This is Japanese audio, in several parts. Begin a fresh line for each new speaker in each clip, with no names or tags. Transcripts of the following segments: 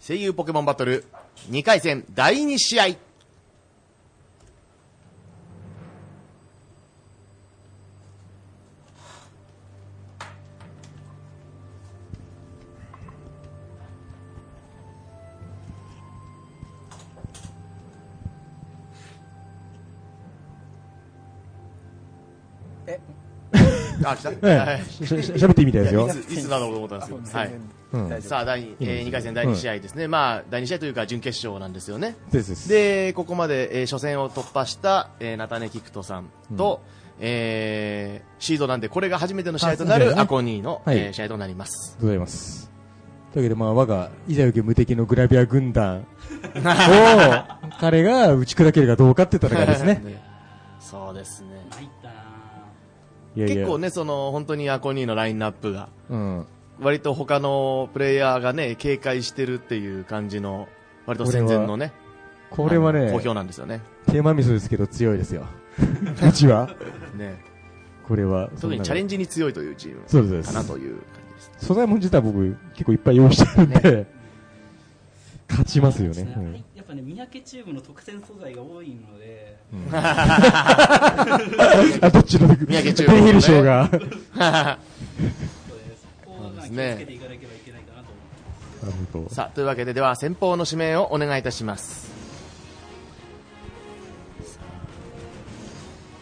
声優ポケモンバトル2回戦第2試合。あ、来た。は
え
い
え、し ゃしゃ喋っていいみたいですよ
い。ついつなのかと思ったんですけど。はい。
うん
大丈
さあ、第2、えー、二回戦第2試合ですね。まあ、第2試合というか、準決勝なんですよね。
ですです。
で、ここまで、えー初戦を突破した、えー、ナタネキクトさんと、えーシードなんで、これが初めての試合とな
あそうです
る
ね
アコニーの、
はい
えー試合となります。
ございます。というわけで、まあ、我が、いざよけ無敵のグラビア 軍団を、彼が打ち砕けるかどうかって戦い ですね。
そうですね。
入ったない
やいや
結構ね、その、本当にアコニーのラインナップが、
うん。
割と他のプレイヤーがね、警戒してるっていう感じの、割と戦前のね、
これは
あの
ね
好、評なんですよね。
テーマミスですけど強いですよ。 うちは。
ね
これは。
特にチャレン
ジ。
ジに強いというチーム
そうで
かなと
す。
いう感じです。
素材も実は僕、結構いっぱい用意してるんで、勝ちますよ
そうですね
ね。
やっぱね三宅チューブの特選素材が多いので
うん あ、どっちの、
三宅中央のね
デンヘル 賞が。
そうですそこはまあ
そうです
気を
ね
つけていかなければいけないかなと思って
さあというわけででは先方の指名をお願いいたします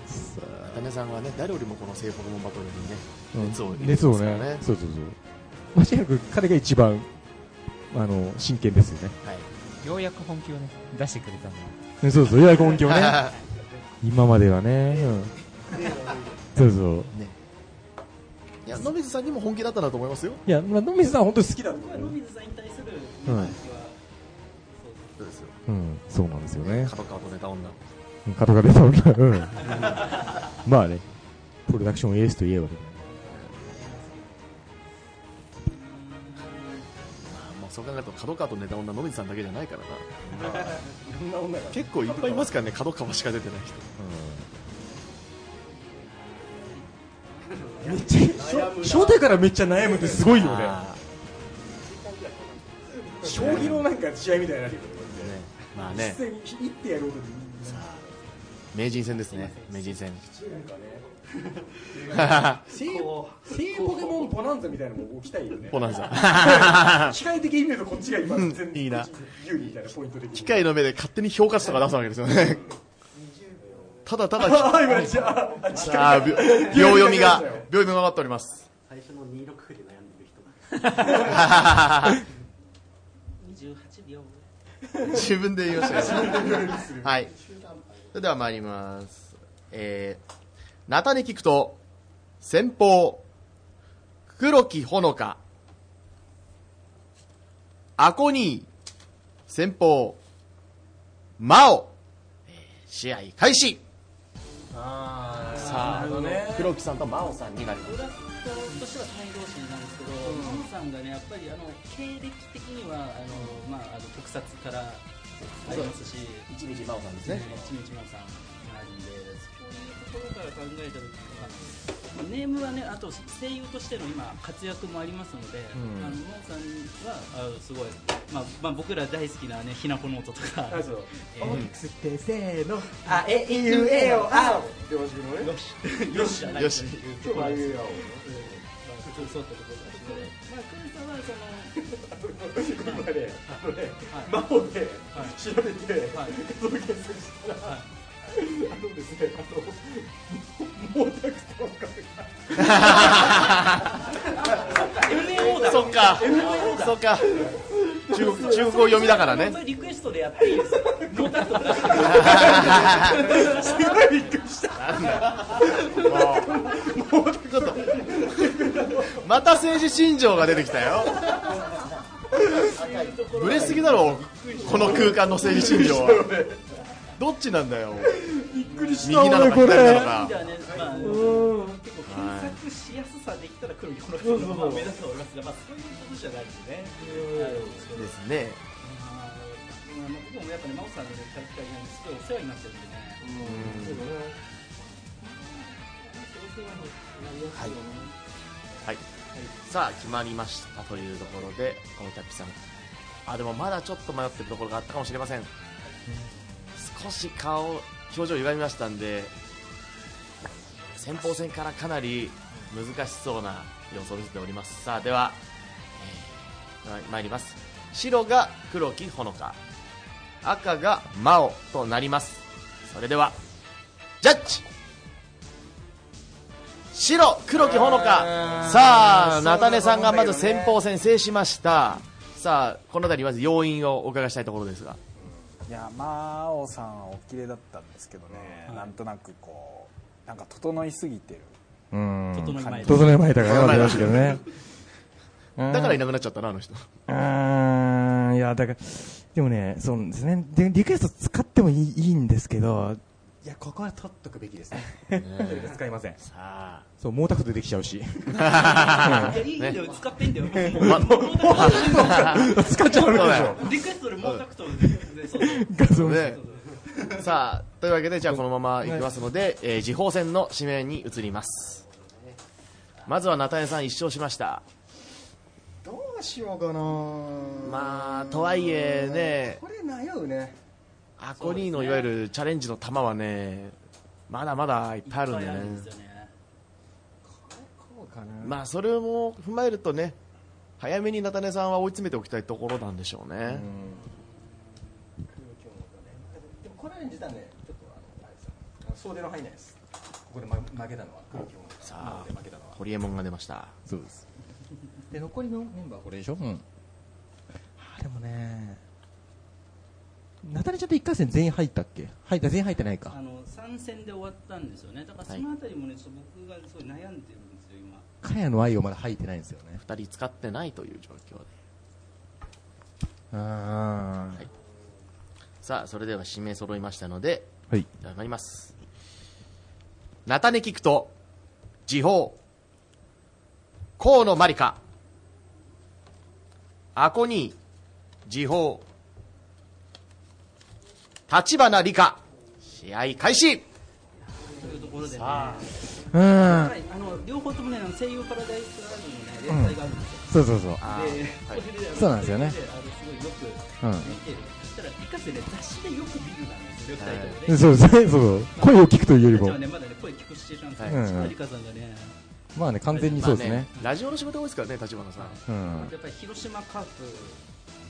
さあ中根さんはね誰よりもこの西ポケモンバトルにね
うん
熱を入れて
熱
ま
を
すから
ね
ね。
そうそうそう。 間違いなく彼が一番、あの、真剣ですよね。
はい
ようやく本気をね出してくれたんだ
ねそうそう、エアコン今 日ね。
あ
今まではね。うんそうそう。
ーねいや野水さんにも本気だったんだと思いますよ
いや、まあ、野水さんは本当に好きだと
僕
思う
は
よ
野水さんに対する
うん
まあ気はそうです
そうですよ
うん、そうなんですよね。
角川とネタ女
カトカベタオルがうん。 まあね、プロダクションエースといえばね。
まあもうそう考えると角川とネタ女野水さんだけじゃないからな、結構いっぱいいますからね角川しか出てない人
めっちゃ、初手からめっちゃ悩むってすごいよね。
あ
将棋のなんか試合みたいな。
ーねまあ ね
に行ってやろうと。
名人戦ですね名人 戦
聖ポケモンボナンザみたいなのも起きたいよね
ポナンさん
機械的に見るとこっちが今全然
いいな
有利みたいなポイント的に
機械の目で勝手に評価値とか出すわけですよ ね。ただただ、
あ今じゃあ
あーびょ秒読みが、秒読みが上がっております。
最初の2六歩で悩んでる人が
28秒
自分で言いましたね。はい。それでは参ります。えー、ナタに聞くと、先方、黒木ほのか、アコニー、先方、マオ、えー試合開始
あ
さあ、黒木さんとマオさんになります
ド。ラフトとしては対同士なんですけど、マオさんがね、やっぱりあの経歴的にはあの、まあ、あの特撮からありますし、
一日真央さんですね
えー一日真央さんがあるんで、そういうところから考えたとまあ、ネームはね、あと声優としての今、活躍もありますので、あの真央さんはあのすごい、まあまあ、僕ら大好きなね、ひなこの音とか、えー
ってせーのあえいうえおあおよろしくね
よしじゃない
よし
というと
今
こ
日
ろ
は
です
言うよ
そうそうってところがあって、まあ、クルさんはその、
今ねあのね
はい
魔法で
はい
調べて
はい
その検索したらあのですねあの毛沢東が
MAO だ
そっか
MAO だ
そっか中国中国語読みだから
本
ね
当にリクエストでやっていいですよノータクト出して
すごいびっくりした
ちょっとまた政治信条が出てきたよブレすぎだろこの空間の政治信条はどっちなんだよ右なのか左なのか
じゃあね、まあ、結構検索しやすさで言ったら黒木この人の方が目立つと思いますが、まあ、そういうことじゃないんでね。はい
ですね
あーまあ僕もやっぱね、真央さんのねキャラクターにすごいお世話になってるんでね。
はいはいさあ決まりましたというところでこのたっぴさん
あでもまだちょっと迷ってるところがあったかもしれません少し顔表情歪みましたんで先鋒戦からかなり難しそうな様子を見せておりますさあでは、えーま参ります白が黒木ほのか赤が真央となりますそれではジャッジ白黒木ほのかさあ菜種さんがまず先鋒戦制しましたさあこの辺りまず要因をお伺いしたいところですが
いや真央さんはお綺麗だったんですけどね、なんとなくこうなんか整いすぎてる
うん
整い前です
整えまいたからねまたよろしいけどね
だからいなくなっちゃったなあの人
うーんいやだからでもねそうなんですねでリクエスト使ってもいいいいんですけどいやここは取っとくべきですね使いません
さ あ
そう毛沢東できちゃうし
いやいいんだよ、使っていいんだよ。
使っちゃうでしょ
リクエストでモータクトで、そうそう
画像
ね、 さあというわけでじゃあこのままいきますので、えー時報戦の指名に移りますまずは菜種さん1勝しました
どうしようかな
まあとはいえね
これ迷うね
アコニーのいわゆるチャレンジの玉はねまだまだいっぱいあるんで
いっぱいあ
ね
るんですよね。
こうかな
まあそれも踏まえるとね早めに菜種さんは追い詰めておきたいところなんでしょうね、
でもこれ実はねちょっとあのあれですよあの総出の範囲内ですここで、ま、負けたのは黒木本
さあ
で負けたのは
ホリエモンが出ました
そうです
で残りのメンバーはこれでしょ、うん、
あでもねナタリちゃんと1回戦全員入ったっけ入った全員入ってない
あ
か
の参戦で終わったんですよね。だからそのあたりもね、ちょっと僕がすごい悩んでるんですよ今。
茅野愛をまだ入ってないんですよね
2人使ってないという状況で
ああ
さあそれでは指名揃いましたので
はい
では参ります菜種菊と時報河野まりかアコニー時報立花理香試合開始
というところでね。は
うーん
い、あの両方ともね、あの西洋パラダイスアールのね、連載があるんです
そう
よ。
そうそう
で、それであの
そうなんですよね
それであのすごいよく見てる。そしたら一かせね、雑誌でよく見るなんですよ。二
う
人とも
ん
ね。
そうですねそう声を聞くというより
じゃ
も
あね、まだね、声聞くしてたんですけ
は
ど、
い
ちょっと有香さんがね、
まあね完全にそうですね
まあラジオの仕事多いですからね立花さん
うん
やっぱり広島カー
う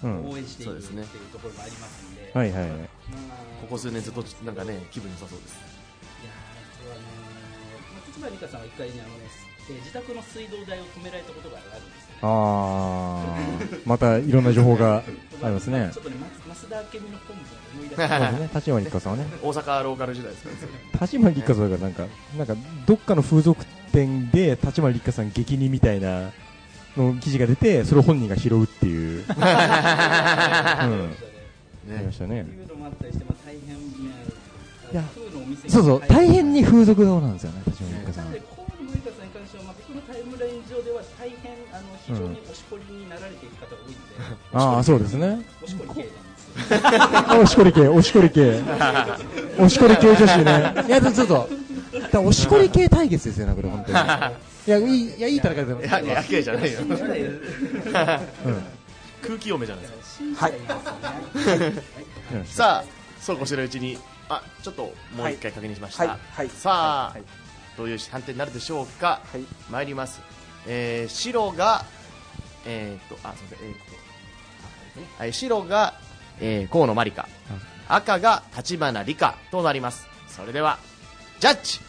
プを
ん
応援してい
そう
るっ
です
てい
ね
うところもありますんで、
はいはいはい
まあ
ここ数年ずっとなんかね気分良さそうです
いやーあとはね、まあ、立花美香さんは一回ねあのね、えー自宅の水道代を止められたことがあるんですよ、ね。
あーまたいろんな情報がありますね
ちょっとね、ま増田明美の本部を思い出し
そ
て、
うですね立花一花さんはね
大阪ローカル時代ですから
立花立花さんがなんかなんかどっかの風俗店で立花立花さん激似みたいなの記事が出てそれを本人が拾うっていう、うん、あ
ね
りましたね
っていうのもあったりして、まあ、大変ね、
いや
風のお店に
そうそう大変に風俗道なんですよね立花立花さ
なんので、河野美香さんに関しては、まあ、僕のタイムライン上では大変あの非常におしこりになられている方が多いので、
ああそうですね
おしこり系なんですよ。
あおしこり系おしこり系おしこり系女子ねいやちょっとだからおしこり系対決ですよねこれ本 当にいやいいいやいい戦いだと思う
いやいやけじゃないよ
信じない
空気読めじゃないですか
信じないんですよね。
さあそうこうしてるうちにあちょっともう一回確認しました、
はいはい
さあ、
はい
どういう判定になるでしょうか、
はい
参ります、えー白がえーっとあすみませんえーっとあはい白が、えー河野真理香赤が立花理香となりますそれではジャッジ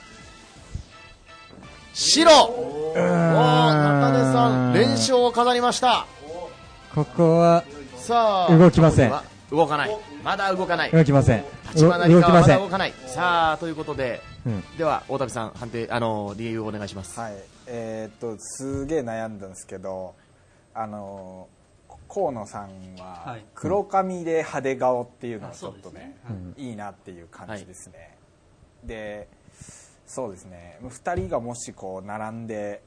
白おー中根さん連勝を飾りました
ここは
さあ
動きません
今度は動かないまだ動かない
動きません
立花に
動
か
き
は
ま
ま
せん
だ動かないさあということで、
うん
では大竹さん判定あの理由をお願いします、
はいえーっとすげえ悩んだんですけどあのー河野さん
は
はい黒髪で派手顔っていうの
あ
がち
そ
ょ
う
っ
で
と
す
ね
ね。はい
いいなっていう感じですね、でそうですね2人がもしこう並んで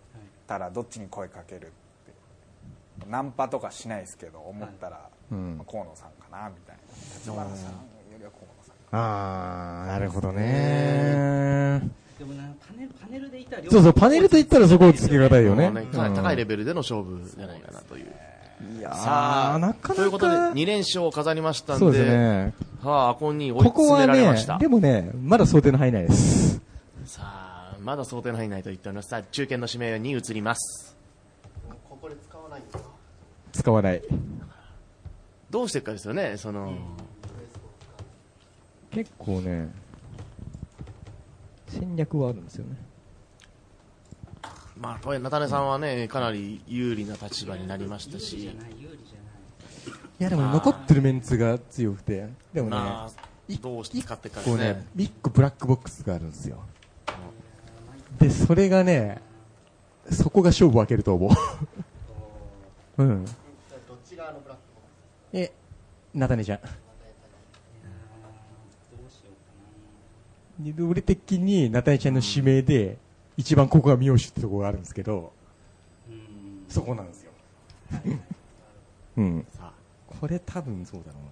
たらどっちに声かけるってナンパとかしないですけど思ったら、
うん
まあ河野さんかなみたいな立花さんよりは河野さん
ああなるほどね
でもなパネルパネルでいたら両方
そうそうパネルといったらそこをつけがたいよ
も
ね
うねかなり高いレベルでの勝負じゃないかなという、
いや
さあ、
なかなか
ということで2連勝を飾りましたんで、
そうですね。
はあ、アコンに追い
ここ
詰め
は
られま
ね
した。、
でもね、まだ想定の範囲内です。
さあ、まだ想定の範囲内と言っております。さあ、中堅の指名に移ります。
ここで使わないんですか
使わない。
どうしていくかですよね、その、
結構ね、戦略はあるんですよね。
まあ、これ、菜種さんはね、かなり有利な立場になりました
有利じゃ
し、
ない有利じゃない
いや、で
ま
も
あ
残ってるメンツが強くて、でもね、
まあ、
い
どう使っていくかで
こ
す
う
ね。
ね、一個ブラックボックスがあるんですよ。で、それがね、そこが勝負を分けると思う。うん。
じゃあどっち側のブラックボック
え、なたねちゃん。
どうしようかな
で俺的になたねちゃんの指名で、一番ここが三好ってとこがあるんですけど、
うん
そこなんですよ。うん。
さあ
これ多分そうだろう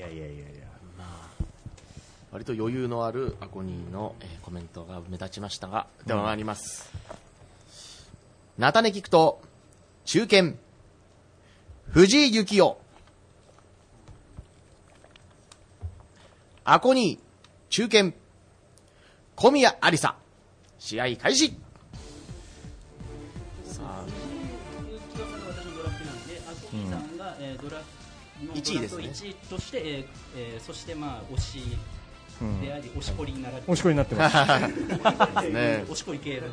な。いやいやいやいや。
割と余裕のあるアコニーの、えーコメントが目立ちましたが、では参ります。菜種聞くと、中堅、藤井幸雄、アコニー、中堅、小宮有沙、試合開 始さあ、
浮世さんが私のドラフトなんでアコギさんが、えードラの
一位ですね
ドラフト1位として、えーえーそしてまあ推しであり、推しポリになられて
おしこりになってます。
ね
押しこり系の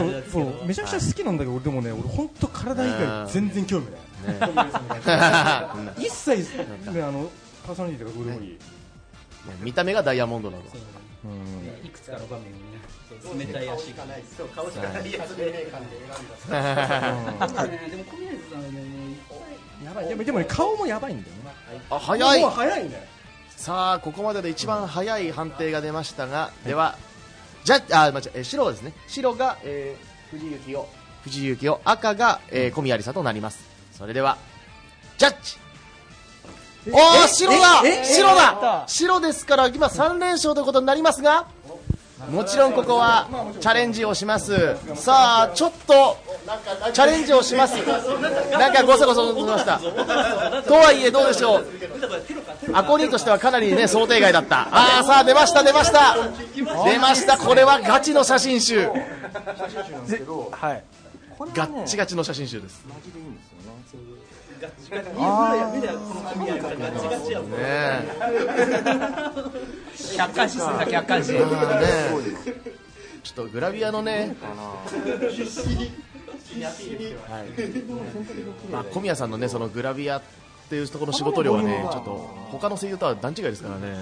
そうそうめちゃくちゃ好きなんだけど、俺でもね、俺本当体以外全然興味ない。一切、ね、あの、パーソナリティとかどうでもいい。
見た目がダイヤモンドなの。
いくつかの場面にねそう冷たい足が
スそう顔しかないやつ命名感で選んだ
そうねでも小宮さんはね
やばい、でも、でもね、顔もやばいんだよね。
あ、早い
もう早いね。
さあここまでで一番早い判定が出ましたが、ではじゃあ間違えー白ですね白が、えー、藤井幸雄藤井幸雄赤が、えー、小宮有沙となりますそれではジャッジおー白だ白だ白ですから今3連勝ということになりますがもちろんここはチャレンジをしますさあちょっとチャレンジをしますなんかごそごそとしましたとはいえどうでしょうアコニーとしてはかなりね想定外だったああさあ出ました出ました出ましたこれはガチの写真集
はい
ガッチガチの写真集ですねえ
客観視するんだ客観視
まあねちょっとグラビアのねはいまあ小宮さんのねそのグラビアっていうところの仕事量はねちょっと他の声優とは段違いですからね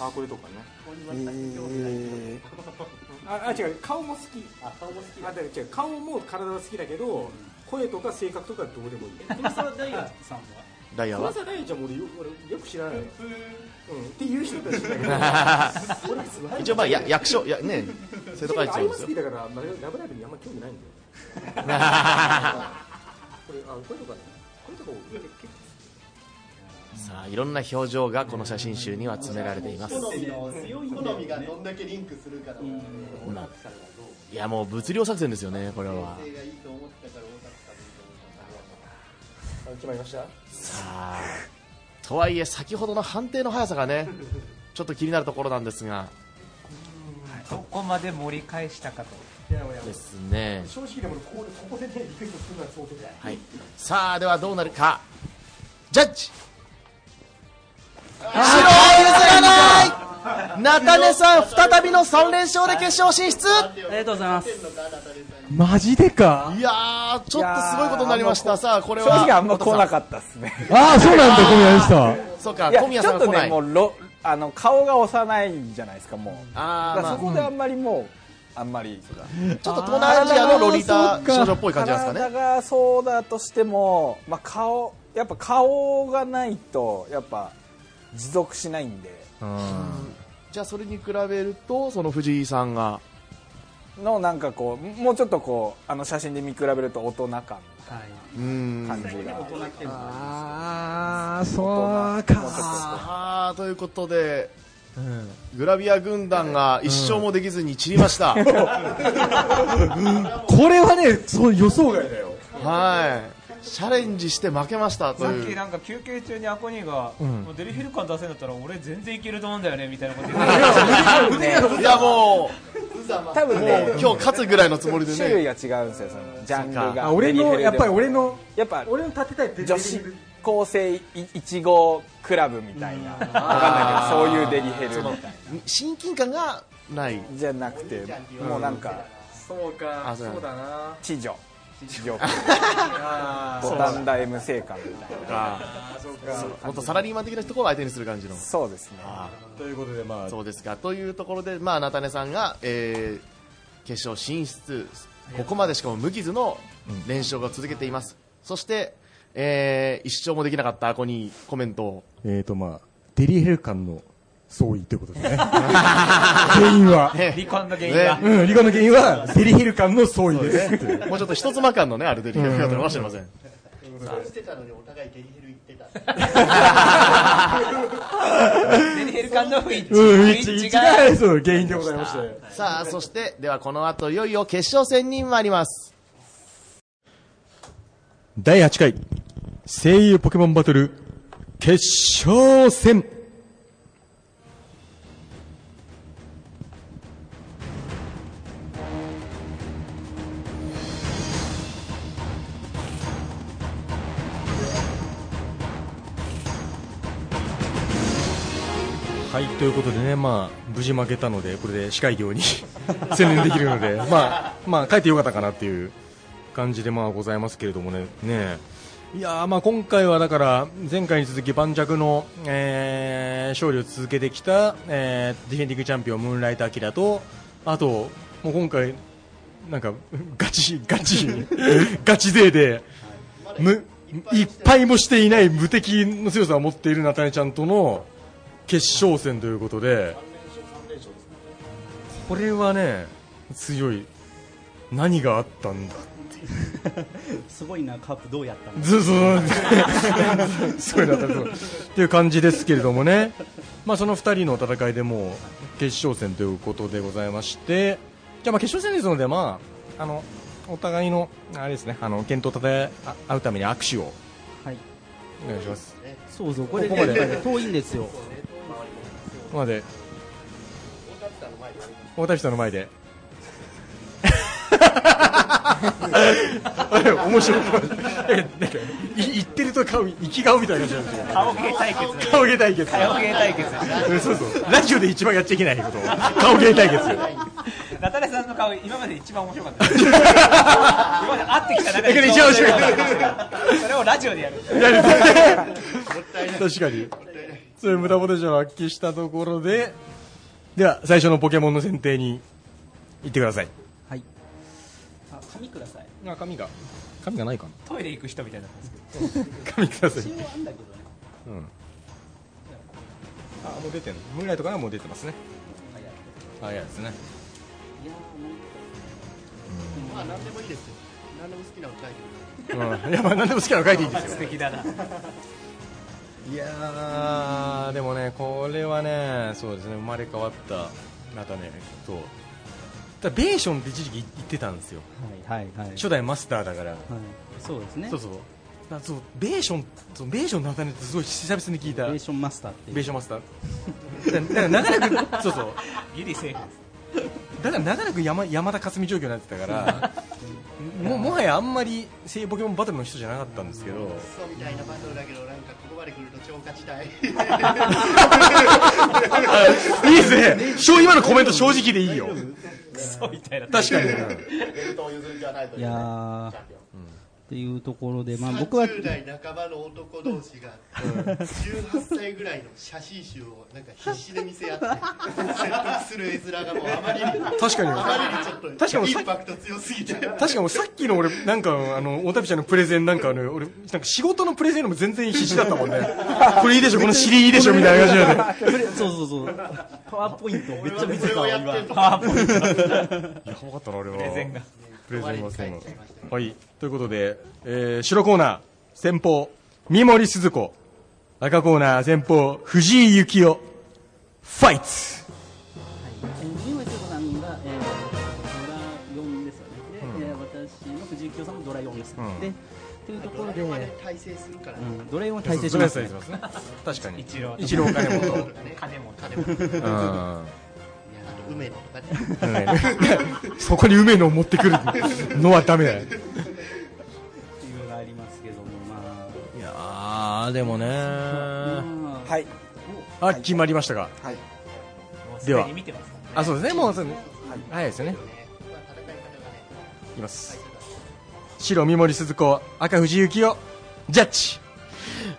あこれとかね
ああ違う顔も好きあ顔も好きあだから違う顔も体は好きだけど声とか性格とかどうでもいい
熊沢大学さんは
ダイヤ
小
は
笠原ちゃんも俺よ俺よく知らないのうんっていう人たちだけ ど俺すごい
一応まあや役所やね生徒会長ですよ
だからまあラブライブにあんま興味ないんだよこれあこれとかねこれとか俺結構
さあいろんな表情がこの写真集には詰められています
好みの好みがどんだけリンクするかだもんね
うんいやもう物量作戦ですよねこれは
性がいいと思ったから大崎さんもいいと思ったから
あ決まりました
さあとはいえ先ほどの判定の速さがね ちょっと気になるところなんですが
どこまで盛り返したかと
いやいや
ですね
正直でも俺ここここでねリクエストするのは想定ない
はいさあではどうなるかジャッジ白は譲らない菜種さん再びの3連勝で決勝進出
ありがとうございます
マジでか
いやーちょっとすごいことになりましたさあこれは
正直あんま来なかったですね
ああ、そうなんだ、小宮でした。
そうか
いや
小宮
ち
さ
ょ
ん
っ
が
と
来な
ね
い
もうろあの顔が幼いじゃないですかもう
あー
だか
ま
ら
あ
そこであんまりもうあんまり
ちょっと東南アジアのロリー
あ
タ
ーそうか
少女っぽい感じなんですか
体
ね。
がそうだとしても、まあ、顔やっぱ顔がないとやっぱ持続しないんで
じゃあそれに比べると、その藤井さんが、
のなんかこうもうちょっとこうあの写真で見比べると大人感
うーん。
感じが
大人っていうのは
ああ、そうか。
ああ、ということで、グラビア軍団が一勝もできずに散りました。
これはね、そう予想外だよ。
はい。チャレンジして負けましたと
さっ
い
き
う
なんか休憩中にアコニーが、
うん
もうデリヘル感出せんだったら俺全然いけると思うんだよねみたいなこと言ってた
いやも
多分
うもう
ね
今日勝つぐらいのつもりで
種類
ね
が違うんですよそのジャンルが
あ俺
デリヘ
の
ルで
やっぱり
も
俺の
やっぱ
俺の立てたいペ
女子高生いいちごクラブみたいなわかんないけどそういうデリヘルみたいな
親近感がない
じゃなくてもうなんか
そうか
あそうなんだ
だな
地女地女五反田 M 生官みたいな
かもっとサラリーマン的なところを相手にする感じの
そうですね
ということでまあ
そうですかというところで、まあ、菜種さんが、えー決勝進出ここまでしかも無傷の連勝が続けています、そして、えー一勝もできなかったアコにコメントを
えーとまあデリヘル間の相違ということ ですね原因は
離婚の原因が、
うん、離婚の原因はデリヘル間の相違ですっていう
もうちょっと一妻間の ねあれでリアルだったのかもしれません
してたのにお互いデリヘル行ってた
デリヘル感の不一致
うん、
不
一
一
致
致が
がその原因でございまして
さあそしてではこの後いよいよ決勝戦に参ります
第8回声優ポケモンバトル決勝戦はいということでね、まあ、無事負けたのでこれで司会業に 専念できるので、まあまあ、帰ってよかったかなっていう感じでまあございますけれどもね、ねえいやーまあ今回はだから前回に続き盤石の、えー勝利を続けてきた、えーディフェンディングチャンピオンムーンライト・アキラとあと、もう今回なんかガチガチガチ勢で。むいっぱいもしていない無敵の強さを持っている菜種ちゃんとの決勝戦ということでこれはね強い何があったんだ
すごいなカープどうやったの
ずずずそういうのだったっていう感じですけれどもね、まあ、その2人の戦いでもう決勝戦ということでございましてじゃあまあ決勝戦ですので、まあ、あのお互いのあれですねあの健闘をたたえあ合うために握手を
はい
お願いします。
そうそうこれ
ここま
ね
で
やっぱり遠いんですよ
ここまで大田さんの前であれ 面白いえなんかい言ってると顔生き顔みたいな感じなんですよ
顔芸対決
顔芸対決
顔芸対決
うんそうそうラジオで一番やっちゃいけないこと顔芸対決
ナタレさんの顔今まで一番面白かった今まで会ってきた中で
一番面白か
それをラジオでやる
やる 確かにそういう無駄ポテンシャルを発揮したところででは最初のポケモンの選定に行ってください
はいあ紙ください
あ紙が紙がないかな
トイレ行く人みたいになってますけど
紙ください
一応あんだけどね
あもう出てるムーンライトからもう出てますね
早い
早いですね
いやーなんか
まあ何でもいいですよ何でも好きなの書いて
うん いやまあ何でも好きなの書いていいです
素敵だない
やーでもねこれはねそうですね生まれ変わったまたねそうただベーションって一時期言ってたんですよ
はいはいはい
初代マスターだから
はいそうですね
そうそうだからそうベーションそうベーションのあたりってすごい久々に聞いた
ベー
ベ
ションマスターっていう
ーションマスターだからだから長らくそうそう
ギリセーフです
だから長らく山山田かすみ状況になってた からももはやあんまり声優ポケモンバトルの人じゃなかったんですけど
クソみたいなバトルだけどなんかここまで来ると超勝ちたい
いいですね今のコメント正直でいいよ
そうみたいな
確かに
ベルトを譲る気はないという
いやー
チャンピオン
っていうところでまあ僕 は
30代半ばの男同士が18歳ぐらいの写真集をなんか必死で見せ合って説得する絵面がもうあまりに
確かに
あまりにちょっと
確かに
インパクト強すぎて
確かにさっきの俺なんかあの大旅ちゃんのプレゼンなんかあの俺なんか仕事のプレゼンよりも全然必死だったもんね これいいでしょこの尻いいでしょみたいな感じなんで
そうそうそうパワーポイントめっちゃ見
そ
せ
れ
た
を
わ
や
今
ってんの
やばかったな俺はプ
プレゼンが
プレゼンはそうなの
終わりに帰っちゃいまし
はいということで、えー白コーナー先方三森鈴子赤コーナー先方藤井幸雄ファイツ
えー藤森聖子さんが、えードラ4ですよねで、えー私の藤井清さんもドラ4です、でっていうところで、
ドラマで大成するから
う
ね
ん、ドラえもん大成しますね
そうですね確かに
一郎
一郎金本
金も
金も
うん
あと梅野とかね
そこに梅のを持ってくるのはダメだよ
っていうのがありますけども、ま
いやーでもね
あ、まあ
はい
あ決まりましたか
はい
もうすでに見てますからね
あそうですねもうそう早いですよね
まあ戦い方がね
いきます白三森鈴子赤藤幸雄ジャッジ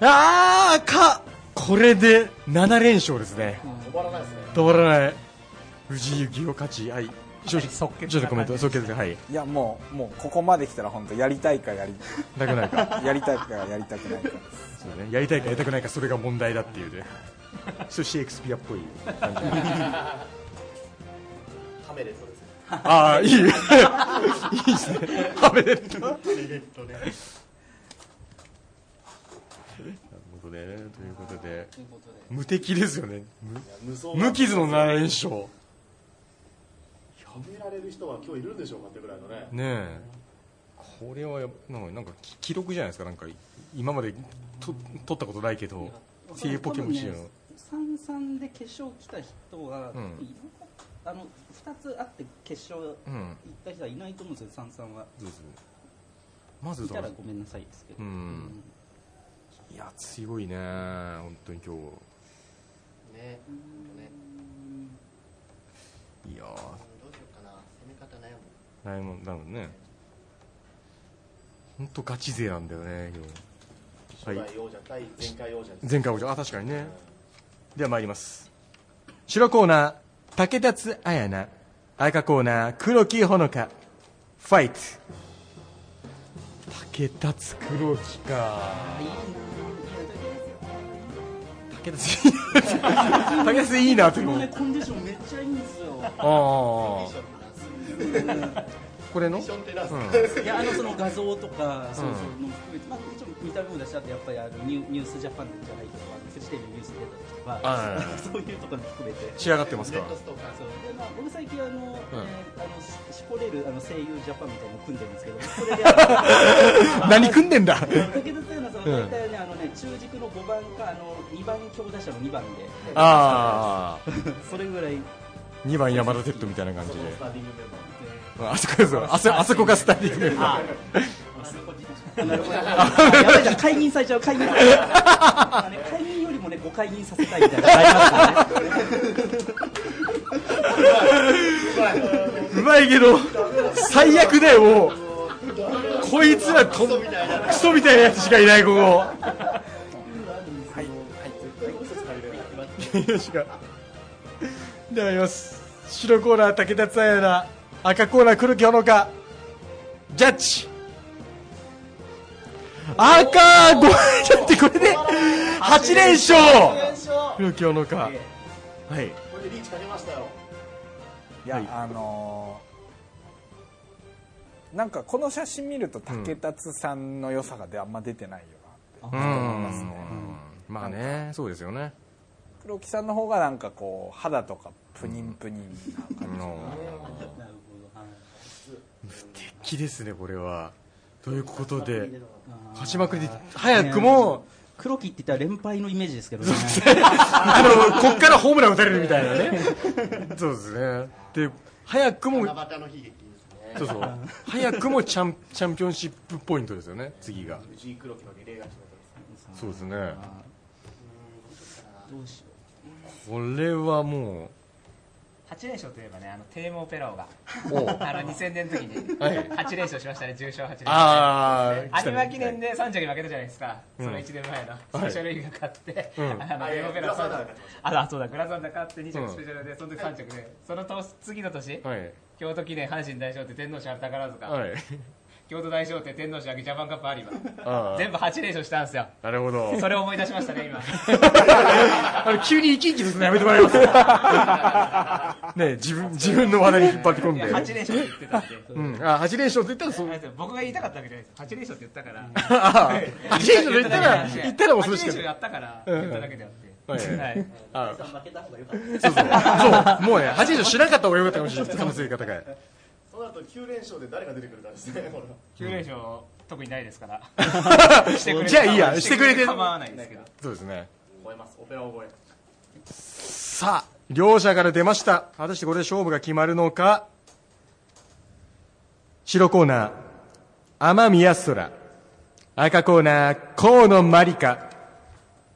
あーかこれで7連勝ですね止まらないですね止まらない藤幸雄勝ちはい正直
即決
ちょっとコメント即決ではい
いやもうもうここまで来たら本当やりたいかやり
なくない か
やりたいかやりたくないか
そうだねやりたいかやりたくないかそれが問題だっていうねそうシェイクスピアっ ぽい感じ
ハメレットですね
ああ いいいいですねハメレット
ハメレットね
なるほどねということで
ということで
無敵ですよね無
無双
無傷の7連勝
はめられる人は今日いるんでしょうかってぐらいのね
ねえこれはやなんかなんかき記録じゃないですかなんかい今までと取ったことないけどっていうポケモンシーンを
三三で決勝来た人は、
うん
いるかあの二つあって決勝行
うん
った人はいないと思うんですよ三三は
そうそうまず
い
だか
た
ら
らごめんなさいですけ
う
ど、
んいや強いね本当に今
ねほんとね
日いやー
どうしようかな攻め方悩む
ライモンだもんね本当ガチ勢なんだよね今
初代王者対前回王者
日前回王者あ確かにねでは参ります白コーナー竹立彩菜赤コーナー黒木ほのかファイト竹立黒木か竹 立いいな竹立いいなと
こ
思
の
う
ねコンディションめっちゃいいんですよ
ああこれの
ションテラス
いやあのその画像とかそうそうのも含めて、まあ、もちろん見た目も出しちゃってやっぱりあのニューニュースジャパンじゃないけどあのフジテレビニュース出た時とか、
はい
そういうところも含めて
仕上がってますか
そうでまあ、僕最近あの、えーあのしシコレルあの声優ジャパンみたいなの組んでるんですけどそれで
何組んでんだ
武田さんはその大体ねあのね中軸の5番かあの2番強打者の2番で
ああ
それぐらい
2番山田テッドみたいな感じで
スターティングメンバー
うんあそこですよあそあそこがスターティングメンバー
なるほどあやばいじゃん解任されちゃう解任されちゃう、ね、解任よりもね誤解任させたいみたいなのがありますからね
うまいけど最悪だよもうこいつらとクソみたいなやつしかいないここはいよしがではあります白コーナー武田紗也奈赤コーナー黒木ほのかジャッジ赤5だってこれで8連勝黒木ほのかは
こ
い
れでリーチかけましたよ
いや、
はい
あのーなんかこの写真見ると竹達さんの良さがであんま出てないよなって
う
思います
ん
ね、
まあねそうですよね
黒木さんの方がなんかこう肌とかプニンプニンな感じ、
なるほどはい
敵ですねこれはということで
あー
勝ちまくりで早くも
黒木って言ったら連敗のイメージですけどね
あのこっからホームラン打たれるみたいなねそうですねで早くも
七夕の悲劇ですね
そうそう早くもチャンチャンピオンシップポイントですよね次が
藤井黒木のリレー勝ちの時です
そうですね
どうしよ
これはも
8連勝といえばねあのテーマオペラオが
うおう
あの2000年の時に
はい
8連勝しましたね重賞8連勝
ああ
有馬記念で三着に負けたじゃないですか、
ん
その1年前のスペシャルリーグが勝って、
うん
あの
あい
テ
や
ーマオ
グ
ペラ
ラ
オ
サ
三
ンダーが勝
着
ちまし
ああそうだグラサンダ勝って2
うん
着スペシャルで、その時3着でその年次の年、
はい
京都記念阪神大賞って天皇賞宝塚、
はい
京都大賞って天皇賞ジャパンカップ有
あ
馬
あ
全部8連勝したんですよ
なるほど
それを思い出しましたね今
あの急に生き生きするのやめてもらえ ますね自分自分の話題に引っ張ってこん
い
で
や8連勝って言ってたんで
うん、あ8連勝って言ったらそう
あれですよ僕が言いたかったわけじゃないです8連勝って言ったから
ああ、ジェイソン言ったら、言ったら恐
8
ろしかっ
連勝やったから
うん
言っただけであって、
はい
はい
た。あ
う負けた方がよかっ
そ
た
うそう。そう、もうね、8連勝しなかった方が良かったかもしれない。可能性が高い。
その後9連勝で誰が出てくるかですねほら
9連勝特にないですから。
じゃあいいやしてくれて
構わないですけど。
そうですね
超えますオペラ覚え
さあ両者から出ました果たしてこれで勝負が決まるのか白コーナー天宮空赤コーナー河野真理香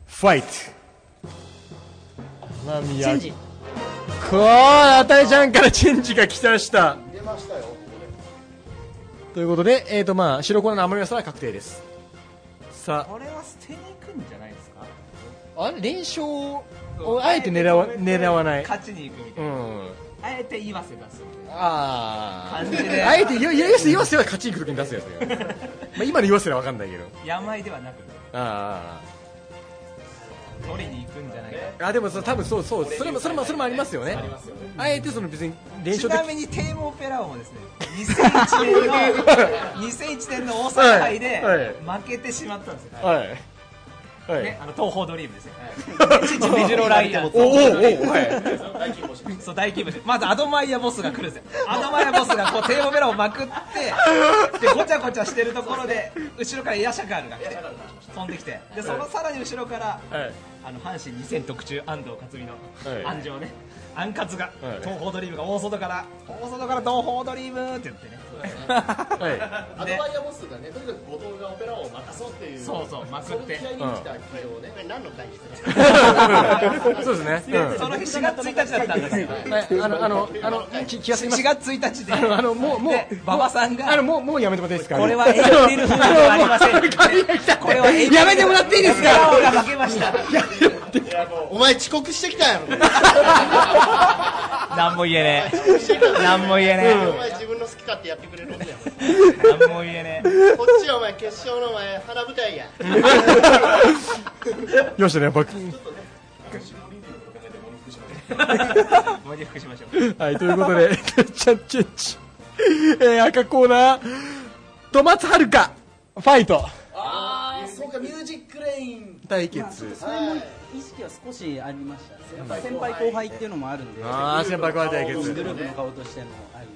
ファイト天
チェ
宮
ンジ
こうあたいちゃんからチェンジが来ました
出ましたよこ
ということで、えーとまあ、白コーナーの天宮空は確定ですさ
これは捨てに行くんじゃないですか。
ああれ連勝をあえて狙わ狙わない
勝ちに行くみた
う
いな。
ん
あえて岩瀬出すみたいな。
あ
感じで
ああえてよよよせよせは勝ちに行く時に出すやつだよまあ今のよせは分かんないけど
病ではなく
あ
取りに行くんじゃないか。
あああでもそ多分そうそうそれもそれもそれもありますよねあえてその別に連
ち
勝
な
的
みにテーマオペラ王も ですね2001年の2001年の大阪杯
はいはい
で負けてしまったんですよ、
はいはい、
ね、あの東宝ドリームですよ、 はい、ちちメジロライアン
おおおはい
そう大規模でまずアドマイヤボスが来るんですよアドマイヤボスがこうテーマオペラをまくってでごちゃごちゃしてるところで後ろからヤシャカールが来て飛んできてでそのさらに後ろから
はい
あの阪神2000特注安藤
は
克
い
実の安城ね、安勝が
はい
東宝ドリームが大外から大外から東宝ドリームって言ってね
は
れアドバイヤボスがねとにかく後藤がオペラ王を任そうっていう
そうそうまく
そ
っ
の気
て
合いに来た企業ね
これ何の会議ですか
そうですね、
その日4月1日だったんですよ
うん、はいあのあのあのき気がすぎます
4月1日で
あのあのもうもう
で馬場さん
あの
が
もうもうやめてもらっていいですか
これはエイプリルフールではあ りません
ん
これは
やめてもらっていいですか
俺が負けました
お前遅刻してき たやろ
何も言えねえ何も言
お
えね
前自分の好き勝手やってくれるんだよ
え何も言えねえ
こっちはお前決勝のお前花舞台や
よしねやっ ぱ
もう一回復しましょう
はい、ということで、 チャッチェンチ、えー、赤コーナー、戸松遥香、ファイト。
そうかミュージックレイン
対決。
それも意識は少しありましたねやっぱ先輩後輩っていうのもあるんで
ああ、先輩後輩対
グ
決。
ループの顔としてもあるんで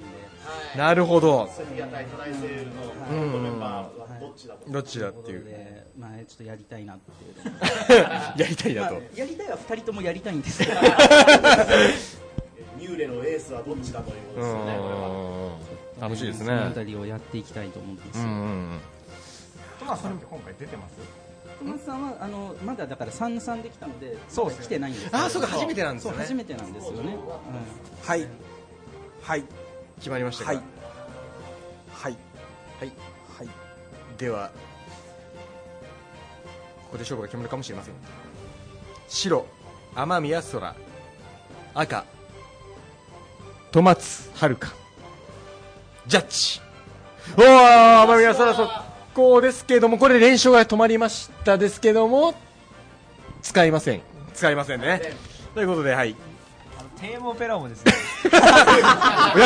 なるほど。
セフィア対トライセールのメンバーはどっちだと
どっちだっ
と
てい
いうこと
う。
でまあちょっとやりたいなっていう
やりたい
ま
な
あ
と。
やりたいは2人ともやりたいんですけど
ミューレのエースはどっちだということ
う
ですよねこれは
ん。楽しいです
そのあ
ね。
たりをやっていきたいと思ってます
うんうん
トマさんって今回出てます
トマスさんはあのまだだから三三できたので、
そうですね
来てないんですよ。
あーそうか初めてなんですよね
そう初めてなんですよね。
はいはい
決まりましたか、
はいはい
はい
はい
では、ここで勝負が決まるかもしれません。白、天宮空、赤、戸松遥香、ジャッジ。おー、天宮空速攻ですけども、これ連勝が止まりましたですけども、使いません。使いませんね。ということで、はい。
あのテーマオペラもですね
や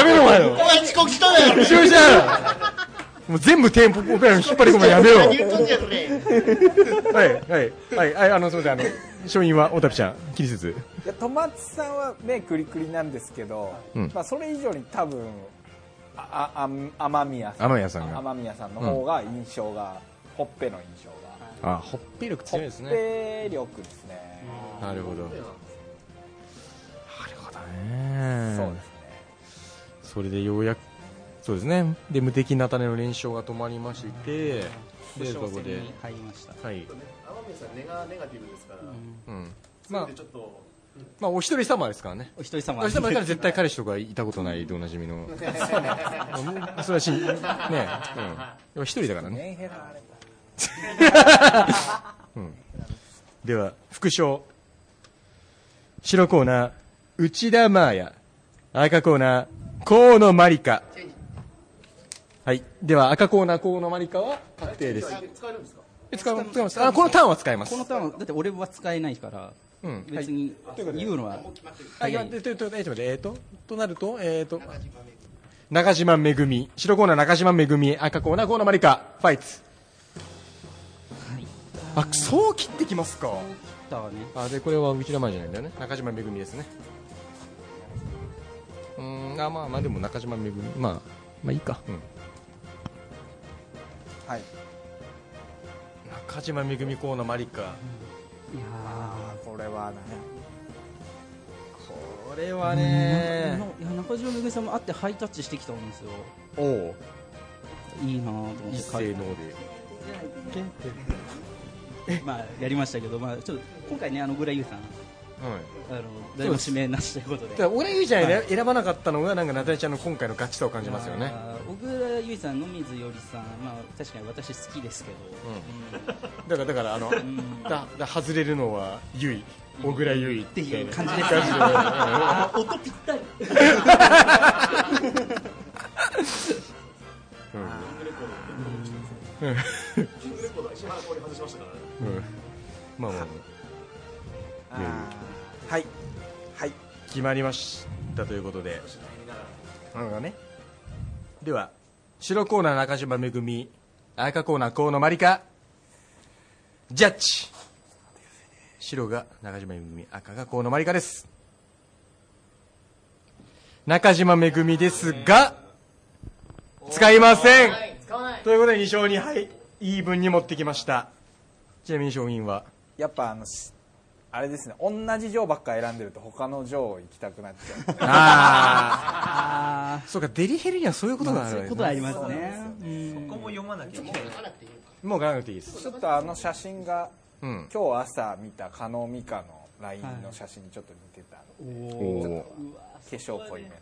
めろ、お前よ
お。前遅刻しただよ
終了もう全部テンポオペラに引っ張り込むのやめろ。
何 言っとんじゃそれ
はいはいはいはいあのすみませんあの勝因は大旅ちゃん気にせず
いや戸松さんは目クリクリなんですけど、
うん
まあ、それ以上に多分あああ天宮さん
天宮さんが
天宮さんの方が印象が、ほっぺの印象が
あほっぺ力
ほっぺ力ですね、
なるほどなるほどね
そうですね
それでようやくそうですねで無敵な種の連勝が止まりましてでここで
に入りました。
はい、
天宮さんネガネガティブですから
うん、ま
ま
あ
あちょっと
まあお一人様ですからね
お一人様。
お一人様だから絶対彼氏とかいたことないでおなじみ のうんそれはしねうん一人だからね
メンヘラあれば
では副賞白コーナー内田真也赤コーナー河野真理香はいでは赤コーナー河野真理香は確定です
使えるんですか
え使います使いますあこのターンは使います
このターンはだって俺は使えないから、
うんはい
別に言うのは
あいやででででえっと待ってえっととなるとえっと中島めぐみ白コーナー中島めぐみ赤コーナー河野真理香ファイツあそう切ってきますか
だわね。
あでこれはうちの前じゃないんだよね中島めぐみですねうーんあまあまあでも中島めぐみまあまあいいかうん
はい
中島めぐみコーナーマリカ
いや
あーこれはね
これは
ー
ね
いや中島めぐみさんも会ってハイタッチしてきたんですよ
おお
いいなぁと思って
一斉ので
まあやりましたけど、まあ、ちょっと今回ねあのグラユーさん
はい
あの誰も指名なしという こと
だ
で
から小倉優衣ちゃん選ばなかったのがなんかナタリちゃんの今回のガチさを感じますよね
あー小倉優衣さん、野水よりさん、まあ、確かに私好きですけ
だか
ど、
らだからあの
うん
だだ外れるのは優衣小倉優衣って
っていう感じですね
感じでうん
あー音ぴったり
うんまあまあま
あーはいはい
あ決まりましたということでなるほどねでは白コーナー中島めぐみ赤コーナー河野まりかジャッジ白が中島めぐみ赤が河野まりかです中島めぐみですが使いませんということで2勝2敗イーブンに持ってきましたちなみに賞品は
やっぱあのしあれですね同じ女王ばっか選んでると他の女王行きたくなっちゃ う
あ
あ
あそうかデリヘルにはそういうことがあ
あ
る
そう
わ
い
け
う
です
こ
ね
とありますね
ここも読まなきゃいけない
もうガンガンていいです
ちょっとあの写真が
うん
今日朝見た加納美香の LINE の写真にちょっと似てた、
おお
化粧濃いめの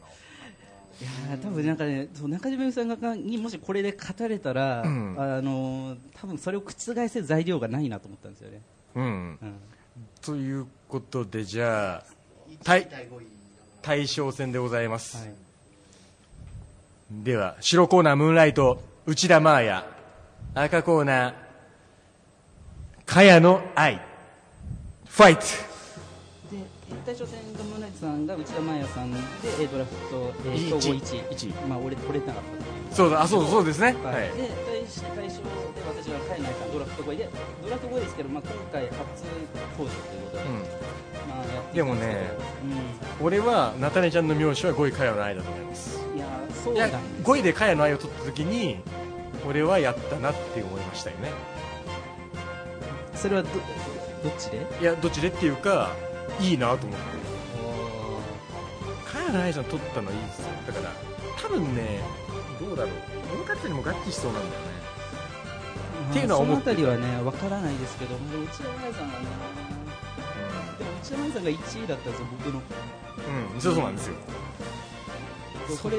いやー多分なんかねそう中島由さんがにもしこれで勝たれたら、
ん
あのー多分それを覆せる材料がないなと思ったんですよね、
うん
うん
ということでじゃあ対
第5位
対象戦でございます、
はい
では白コーナームーンライト内田真彩赤コーナー茅野愛ファイト
で大将戦がムーンライトさんが内田真也さんでえードラフト、えー、総合1位まあ俺取れてなかったと
そうだあそうそうですねはい、
で対し対象で私は海外からドラフト5位でドラフト5位ですけど、まあ、今回初登場ということで、まあやっていたんすけど
でもねうん、俺は菜種ちゃんの名字は5位茅野愛だと思います
うん、いやーそう
い
だ
や
ね
5位で茅野愛を取った時に俺はやったなって思いましたよね
それはどどっちで
いやどっちでっていうかいいなと思って茅野愛さん取ったのいいですよだから多分ねどうだろう物語にも合致しそうなんだよねっていうのは思
まあ
っ
そのあたりはね分からないですけどもう内田真礼さんがねでも内田真礼さんが1位だったんですよ僕の
うんそうそうなんですよ
これ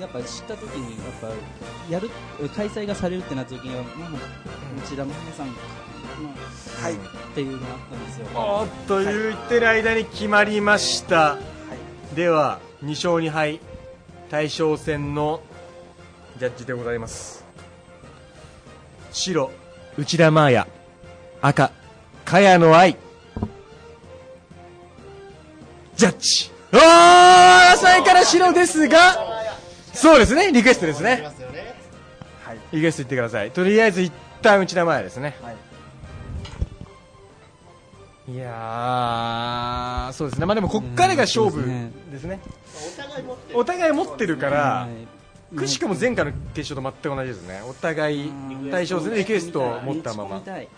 やっぱ知った時にやっぱやる開催がされるってなった時には、まあ、内田真礼さんか、まあ、
はい
っていうのがあったんですよ
おっと言ってる間に決まりました、では2勝2敗大将戦のジャッジでございます白内田真也赤茅野愛ジャッジおー野菜から白ですがそうですねリクエストです
い
ね
ますよね
はい
リクエスト言ってくださいとりあえず一旦内田真也ですね
はい
いやー、そうですね、まあ、でもこっからが勝負
うんそうですね
ですね、
お互い持ってる
お互い持ってるから
は、い
くしくも前回の決勝と全く同じですね、お互い
うん
対象戦でリクエストを持ったま
持
ま
ち込み、たい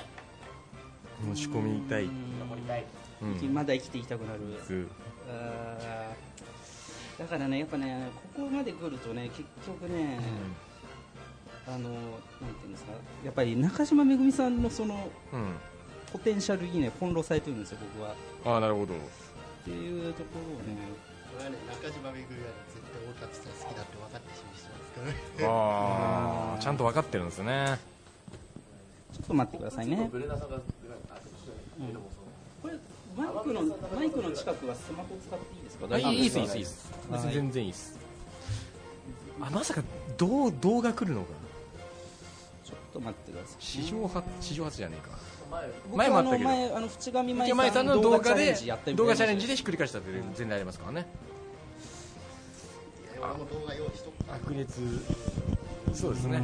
持ち込みたい、うん
まだ生きていたくなるあーだからねやっぱねここまで来るとね結局ね、あのなんていうんですかやっぱり中島めぐみさんのその
うん、
ポテンシャルにね翻弄されてるんですよ僕はっ
ああ、なるほど、
ていうところをね
これはね中島めぐみはね絶対大田さん好きだって分かってしましてますから
あ
ね
ーちゃんと分かってるんですね、
ちょっと待ってくださいね
レナさんが
これマイクのマイクの近くはスマホ使っていいですか
あいいいいっす、いいっす、いいっす、別に全然いいっす、あまさかどう動画来るのか、
ちょっと待ってください
史上初史上初じゃねえか。
僕
前もあ
あ
った
の
けど
前あの淵上
池
舞
前
さ
さ
ん
ん
の
の
動
動
画チ
画
ャレ
で
ンジやってみ
動画チャレンジ
で
でひっくり返したって全然ありますからね
俺も動画用意しとく
白熱そうですね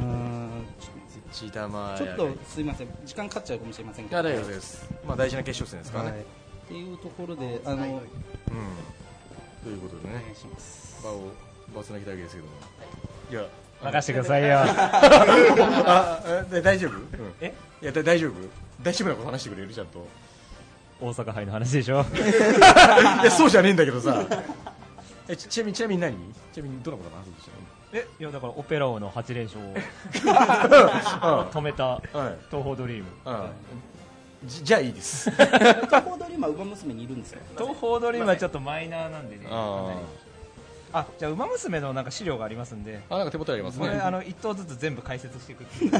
チーターマー
ちょっとすいません時間かかっちゃうかもしれませんけど
あ大丈夫ですまあ大事な決勝戦ですからね、
はいっていうところであのお願
うんということでね
いします
場を場をつなぎたいわけですけども、いや
任せてくださいよ。
ああえ大丈夫、
え
いやだ大丈夫大丈夫なこと話してくれるちゃんと
大阪杯の話でしょ。
いやそうじゃねえんだけどさ えちちなみにちなみに何ちなみにどんなことがあるんでしょ
え、いやだからオペラ王の8連勝を
う
止めた
はい
東宝ドリーム。
うんじじゃあいいです
東宝ドリームは馬娘にいるんですよ
東宝ドリームはちょっとマイナーなんでね。
あ
あ、じゃあウマ娘のなんか資料がありますんで。
あなんか手元にあります
これ
ね
あの一頭ずつ全部解説していくっ ていう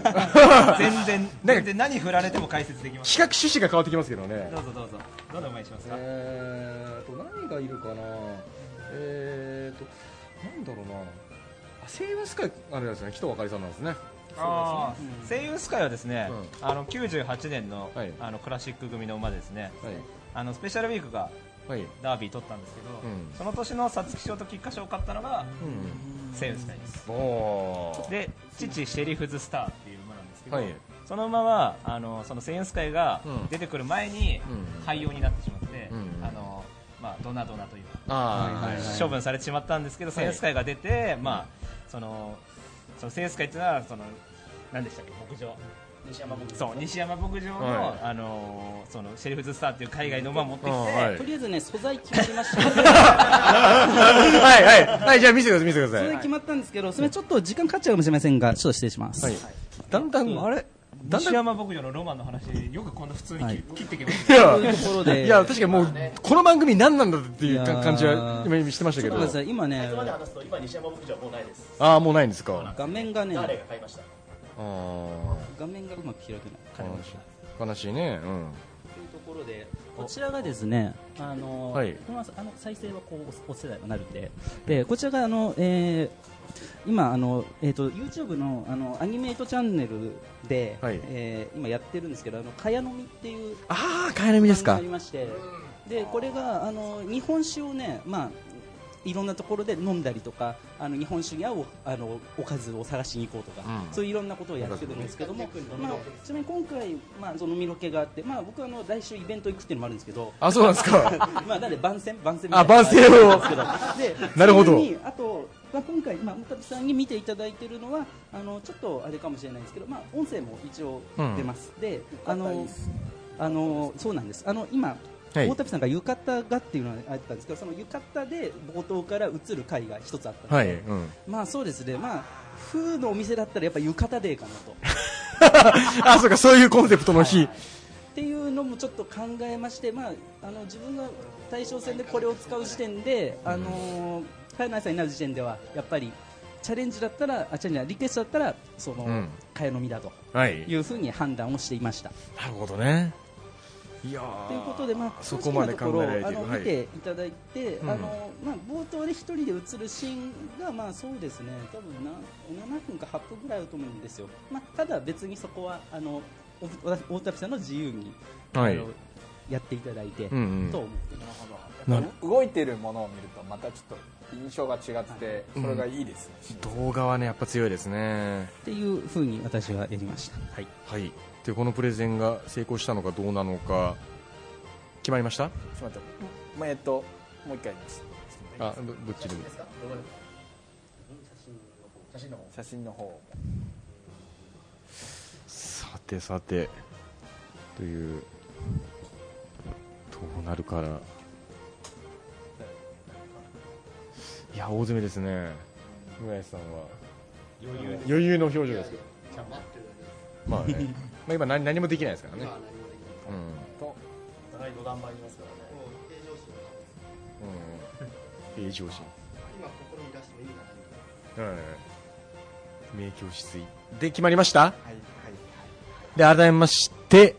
全然全然何振られても解説できます
企画趣旨が変わってきますけどね
どうぞどうぞどんなお前にしますか、
えーと何がいるかなえーとなんだろうなあセイウスカイあれですね人あかりさんなんですね
あー声優スカイはですね、
う
あの98年の,、
はい
あのクラシック組の馬ですね
はい
あのスペシャルウィークが
はいうん
ダービー取ったんですけど、
ん
その年の皐月賞と菊花賞を勝ったのが声優スカイです
おお
で父シェリフズスターっていう馬なんですけど、
はい
その馬はあのその声優スカイが
うん
出てくる前に
うん
廃用になってしまって、
うん
あのまあドナドナというか
あーはい
処分されてしまったんですけど、センス会が出て、まあ、その、そのセンス会っていうのは、その、何でしたっけ、牧場。西山牧場。そう、西山牧場の、
はい
あのーその、シェリフズスターっていう海外の馬を持ってきて、
あーはい
とりあえずね素材決まりました
はいはいはいじゃあ見せてください見せてくださ
素
い
材決まったんですけどそれちょっと時間かかっちゃうかもしれませんがちょっと失礼します、
はいだんだんあれだんだ
西
ん
山牧場のロマンの話で、よくこんな普通に切,、
はい
切っていけます
い
という
や
ところで
いや確かにもうこの番組何なんだっていう
いや
か
ー
感じは今してました
ち
け
ょっ
ど
と待ってください今ね
話すと今西山牧場はもうないです
ああもうないんですか
画面がね
が買いました
あー
画面がうまく開けない
悲しい悲しいねうん
というところでこちらがですねあの、
はい
このあの再生はこうおお世代になるんででこちらがあの、えー今あの、えー、と YouTube のあのアニメイトチャンネルで、
はい
えー今やってるんですけど「あのかやのみ」っていう
ああ帰り見です
あ
か
りましてでこれがあの日本酒をね、まあ、いろんなところで飲んだりとかあの日本酒に合うあのおかずを探しに行こうとか、
うん
そういういろんなことをやってるんですけども、まあ、ちなみに今回、まあ、その飲みロケがあって、まあ、僕はあの来週イベント行くっていうのもあるんですけど
あそうなんですか
まあなんで番宣番宣みた
あ
いな
番宣を
で
なるほど
それにあと、まあ、今回、まあ、本さんに見ていただいているのはあのちょっとあれかもしれないですけど、まあ、音声も一応出ます、であのあのそうなんですあの今、
はい
大田さんが浴衣がっていうのがあったんですけどその浴衣で冒頭から映る回が一つあったので、
はいうん
まあそうですねまあ風のお店だったらやっぱ浴衣デーかなとっ
あそうかそういうコンセプトの日
ていうのもちょっと考えまして、まあ、あの自分が対象戦でこれを使う時点で、あのカヤナさんになる時点ではやっぱりチャレンジだったらあチャレンジじゃないリクエストだったらその、
うん
かやのみだと
はい
いうふうに判断をしていました。
なるほどねいや
ということで、まあ、
そこまで
正直なところ
考えられている
あの、
はい
見ていただいて、
ん
あの、まあ、冒頭で一人で映るシーンが、まあ、そうですね。多分な、7分か8分ぐらいあると思うんですよ。まあ、ただ、別にそこは、あの、おお大田さんの自由に、
はい
あのやっていただいて、
うんうん
と思ってます。
なる
動いてるものを見るとまたちょっと印象が違ってそれがいいですね、
動画はねやっぱ強いですね
っていうふうに、私はやりました。
はい、はい、でこのプレゼンが成功したのかどうなのか決まりました
ちょっと待ってまあえっともう一回言います
あどどっちでも
写真の方を
さてさてというどうなるからいや大詰めですね村井さんは余裕の表情ですよ
じゃあ待ってるだけです
まあね まあ今何何もできないですからね
今、は何もできない
うんうん
もう平常
平常心
心が今ここに出しても意味がないか
う
ら
ん名教止水で決まりましたで改めまして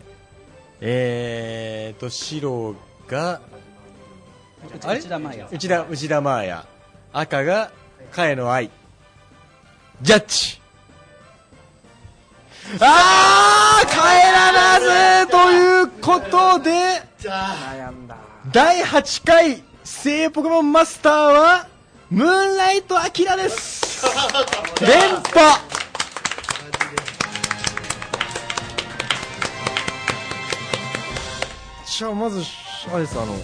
えーと白があれ
内田真也。
内田内田真也赤が替えの愛ジャッジああ帰らなぜということで
悩んだ
第8回聖ポケモンマスターはムーンライトアキラ です連覇じゃあまずあれですあの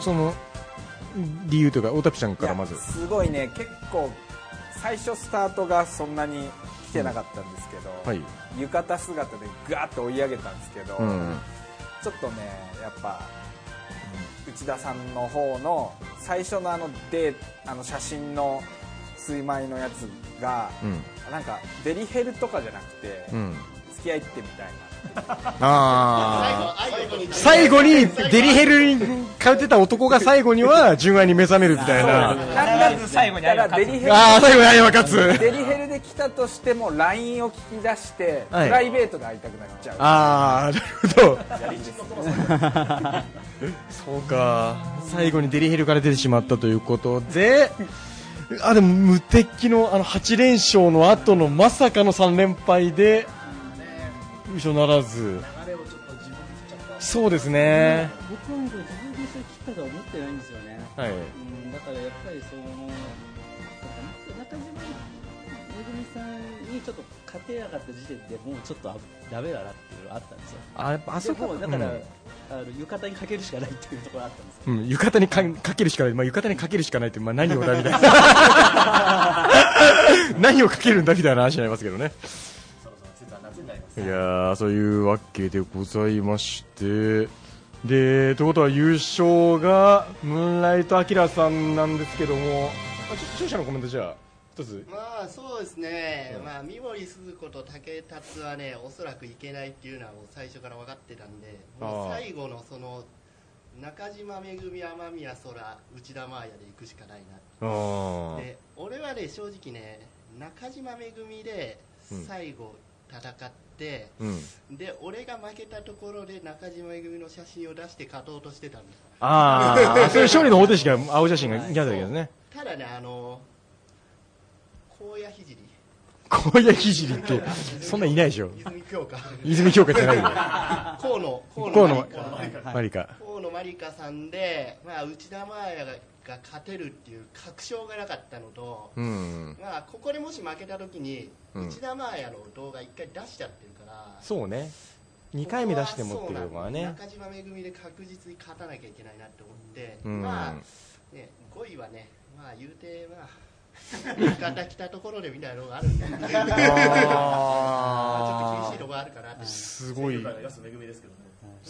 その理由というかオタピちゃんからまず
いやすごいね結構最初スタートがそんなに来てなかったんですけど、
うんはい
浴衣姿でガーッと追い上げたんですけど、
うん
ちょっとねやっぱ内田さんの方の最初のあのデーあの写真の水米のやつが、なんかデリヘルとかじゃなくて、
うん
付き合いってみたいな
ああ
最後に
最後にデリヘルに通ってた男が最後には純愛に目覚めるみたいな
なんだず最後に
だ
愛
か
が
らデ
勝つ
リヘ
ルあー最後に愛は勝つ
デリヘルで来たとしても LINE を聞き出して、
はい
プライベートで会いたくなっちゃう
ああなるほどそうか最後にデリヘルから出てしまったということであでも無敵のあの8連勝の後のまさかの3連敗で優勝ならずそうですね
僕なんか自分でそういう切ったとは思ってないんですよね、
はい
うん、だからやっぱりそのなんか中島めぐみさんにちょっと勝てやがった時点でもうちょっとあダメだなっていうのがあったんですよ
あやっぱあそこ
でもうだから、
うん
あの浴衣にかけるしかないっていうところがあったんですよ
うん、浴衣にかかけるしかない、まあ、浴衣にかけるしかないって、まあ、何をだ みたいな何をかけるんだみたいな話になりますけどねいやーそういうわけでございましてでということは優勝がムーンライトアキラさんなんですけどもあちょ視聴者のコメントじゃあ一つ
まあそうですね、まあ、三森すず子と竹達はね、おそらくいけないっていうのはもう最初から分かってたんで、もう
ああ
最後のその中島めぐみ、雨宮空、内田真彩で行くしかない
あ
な、
ー
で俺はね、正直ね、中島めぐみで最後戦って、
うん
で俺が負けたところで中島めぐみの写真を出して勝とうとしてたんだ
あーそういう勝利の方程式が青写真がギャザーだけどね
ただね、あの高野聖
こういうひじりってそんなんいないでしょ
泉京香
泉京香じゃないよ
河野
河野マ
マ
リ
リ
カ
カ河野マリカさんで、まあ、内田真礼が勝てるっていう確証がなかったのと、
うん
まあ、ここでもし負けた時に、
うん
内田真礼の動画一回出しちゃってるから
そうね2回目出してもっていうのはね
ここはそうなんです中島めぐみで確実に勝たなきゃいけないなって思って、
うん
まあ、ね、5位はね、まあ、言うて、まあ、 味方来たところでみたいなのがあるんで、 ちょっと厳
あー
しいところあるかなっていう
すごい
安めぐみですけどね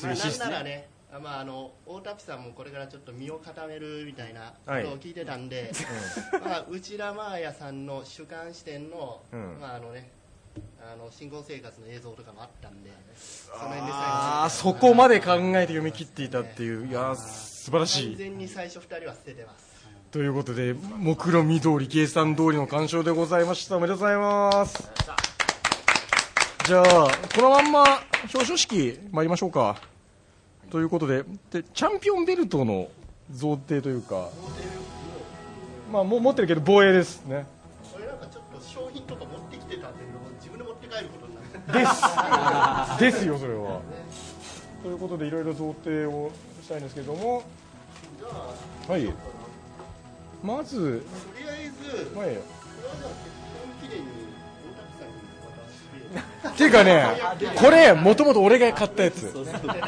まあ、
厳しい
な
っ
ん
すね
ならね、あまあ、あの大田さんもこれからちょっと身を固めるみたいなことを聞いてたんで、まあ、内田真彩さんの主観視点の,、
うん
まああのね、あの新婚生活の映像とかもあったんで、その辺で最後
あーそこまで考えて読み切っていたっていういやー素晴らし
完
い
全に最初2人は捨ててます。
ということで目論見通り計算通りの鑑賞でございましたおめでとうございますじゃあこのまんま表彰式参りましょうかということででチャンピオンベルトの贈呈というかまあもう持ってるけど防衛ですね
これなんかちょっと商品とか持ってきてたんだけど、自分で持って帰ることになって
ですですよそれはということでいろいろ贈呈をしたいんですけどもはいまず
とりあえず、これ
は
は
い
じゃあ結婚記念に大田
って
さんに渡して。
いうかねこれもともと俺が買ったやつ
前回の時のね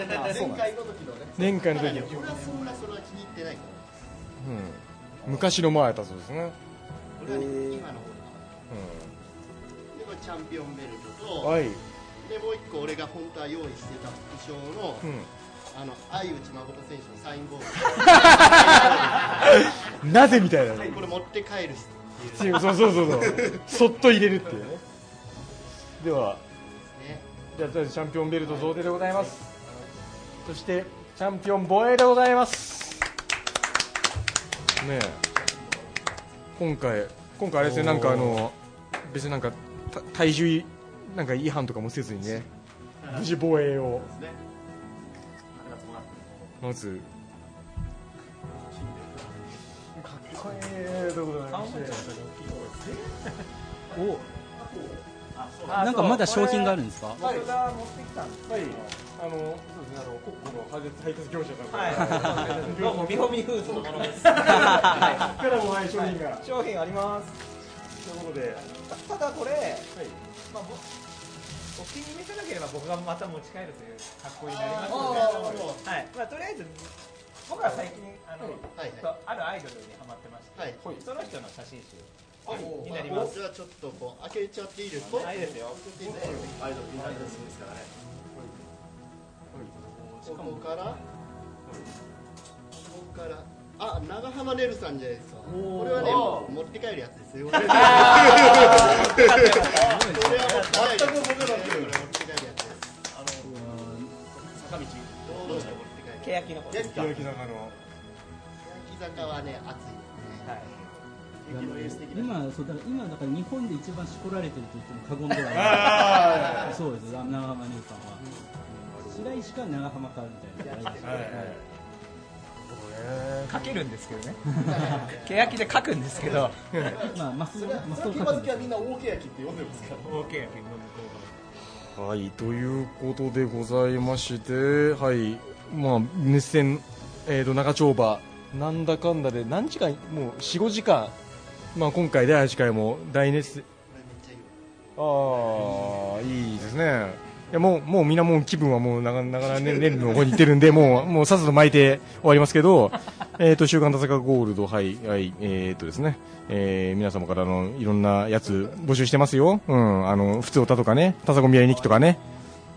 前回の時
ただね俺はそんなそれは気に入ってないから
うん昔の前やったそうですね、
俺はね今の方がでこれチャンピオンベルト
うん、
と、
はい、うん、
でもう一個俺が本当は用意してた副賞の、あの相内誠選手のサインボ ー
なぜみたいな
ルこれ持って帰るしって
そ
いうう
そうそうそうそっと入れるっていうねでは
ね
じゃあとりあえずチャンピオンベルト贈呈でございますそしてチャンピオン防衛でございますねえ今回今回あれですねなんかあの別になんかた体重いなんか違反とかもせずにね無事防衛をまずかっこいいところでございまして
なんかまだ商品があるんですか
僕が持ってきたんです
はい、あの、そうですね、あの、国庫の配達、配達業者さんから。
はいどうも、ビホミフーズのものです。
ここ からも、はい、商品が。
商品あります。
ということで、
ただこれ、まあ、ぼお気に召さなければ僕がまた持ち帰るという格好になりますので、はいまあ、とりあえず僕は最近あの、
はい
あるアイドルにハマってまして、
はい
その人の写真集
はい
になります
じゃあちょっとこう開けちゃっていいですか
はいいいですよ
開けていいですよアイドルになりすですからねここからここからあ長浜ねるさんじゃないですかこれはね持って帰るやつで すよこれは持って帰るやつ全く僕だけ持って帰るやつですあの坂道どうして持って帰る
欅の方
ですか
木坂の
欅坂はね熱いですね敵のエース的な
今そうだから今だから日本で一番しこられてると言っても過言ではな
あー
いそうです長浜兄さんは白石か長浜かみたいな感じですね
書けるんですけどね 欅で書くんですけど
まあマス
それは
マス
そ
を書
のキ
く
バ
ん
好
で
きはみんな大けやきって呼んでますから
大欅
はいということでございましてはいまあ熱戦、えー、と長丁場なんだかんだで何時間もう45時間まあ今回第8回も大熱戦ああいいですねいやもうもうみんなもう気分はもうなかなかね練るの方に行ってるんでもうもうさっさと巻いて終わりますけど えーと週刊田坂ゴールドはいはいえー、とですね、えー皆様からのいろんなやつ募集してますようんあの普通歌とかね田坂宮にきとかね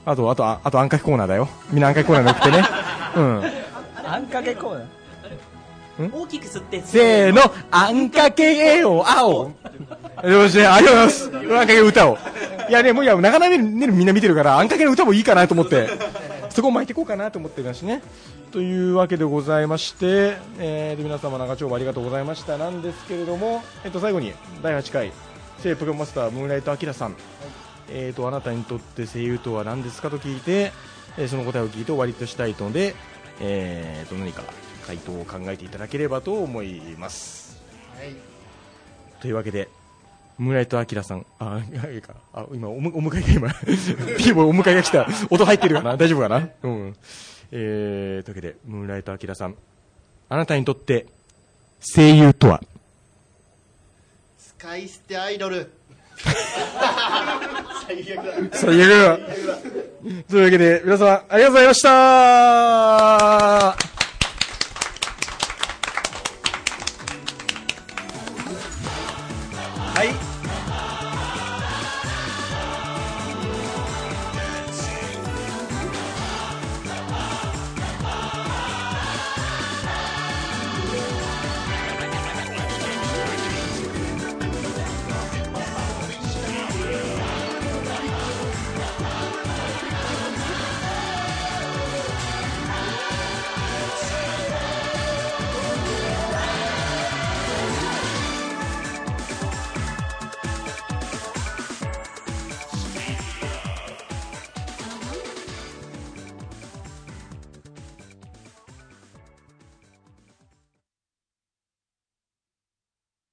あとあとああとあんかけコーナーだよみんなあんかけコーナーに送ってねうん
あんかけコーナー
大きく吸って
せーのあんかけえを青よしねありがとうございますあんかけ歌をいやねもういや長めねるみんな見てるからあんかけの歌もいいかなと思ってそこを巻いていこうかなと思ってますしねというわけでございまして、えーと皆様長丁場ありがとうございましたなんですけれども、えっと最後に第8回聖プロマスタームーンライトアキラさん、えーとあなたにとって声優とは何ですかと聞いて、えーその答えを聞いて終わりとしたいので、えーと何か回答を考えていただければと思います
はい
というわけでムーンライトアキラさんあいいかあ今おむお迎えが今 ピーボーお迎えが来た音入ってるかな大丈夫かなうんえー、というわけでムーンライトアキラさんあなたにとって声優とは
使い捨てアイドル最悪だ
最悪だというわけで皆様ありがとうございました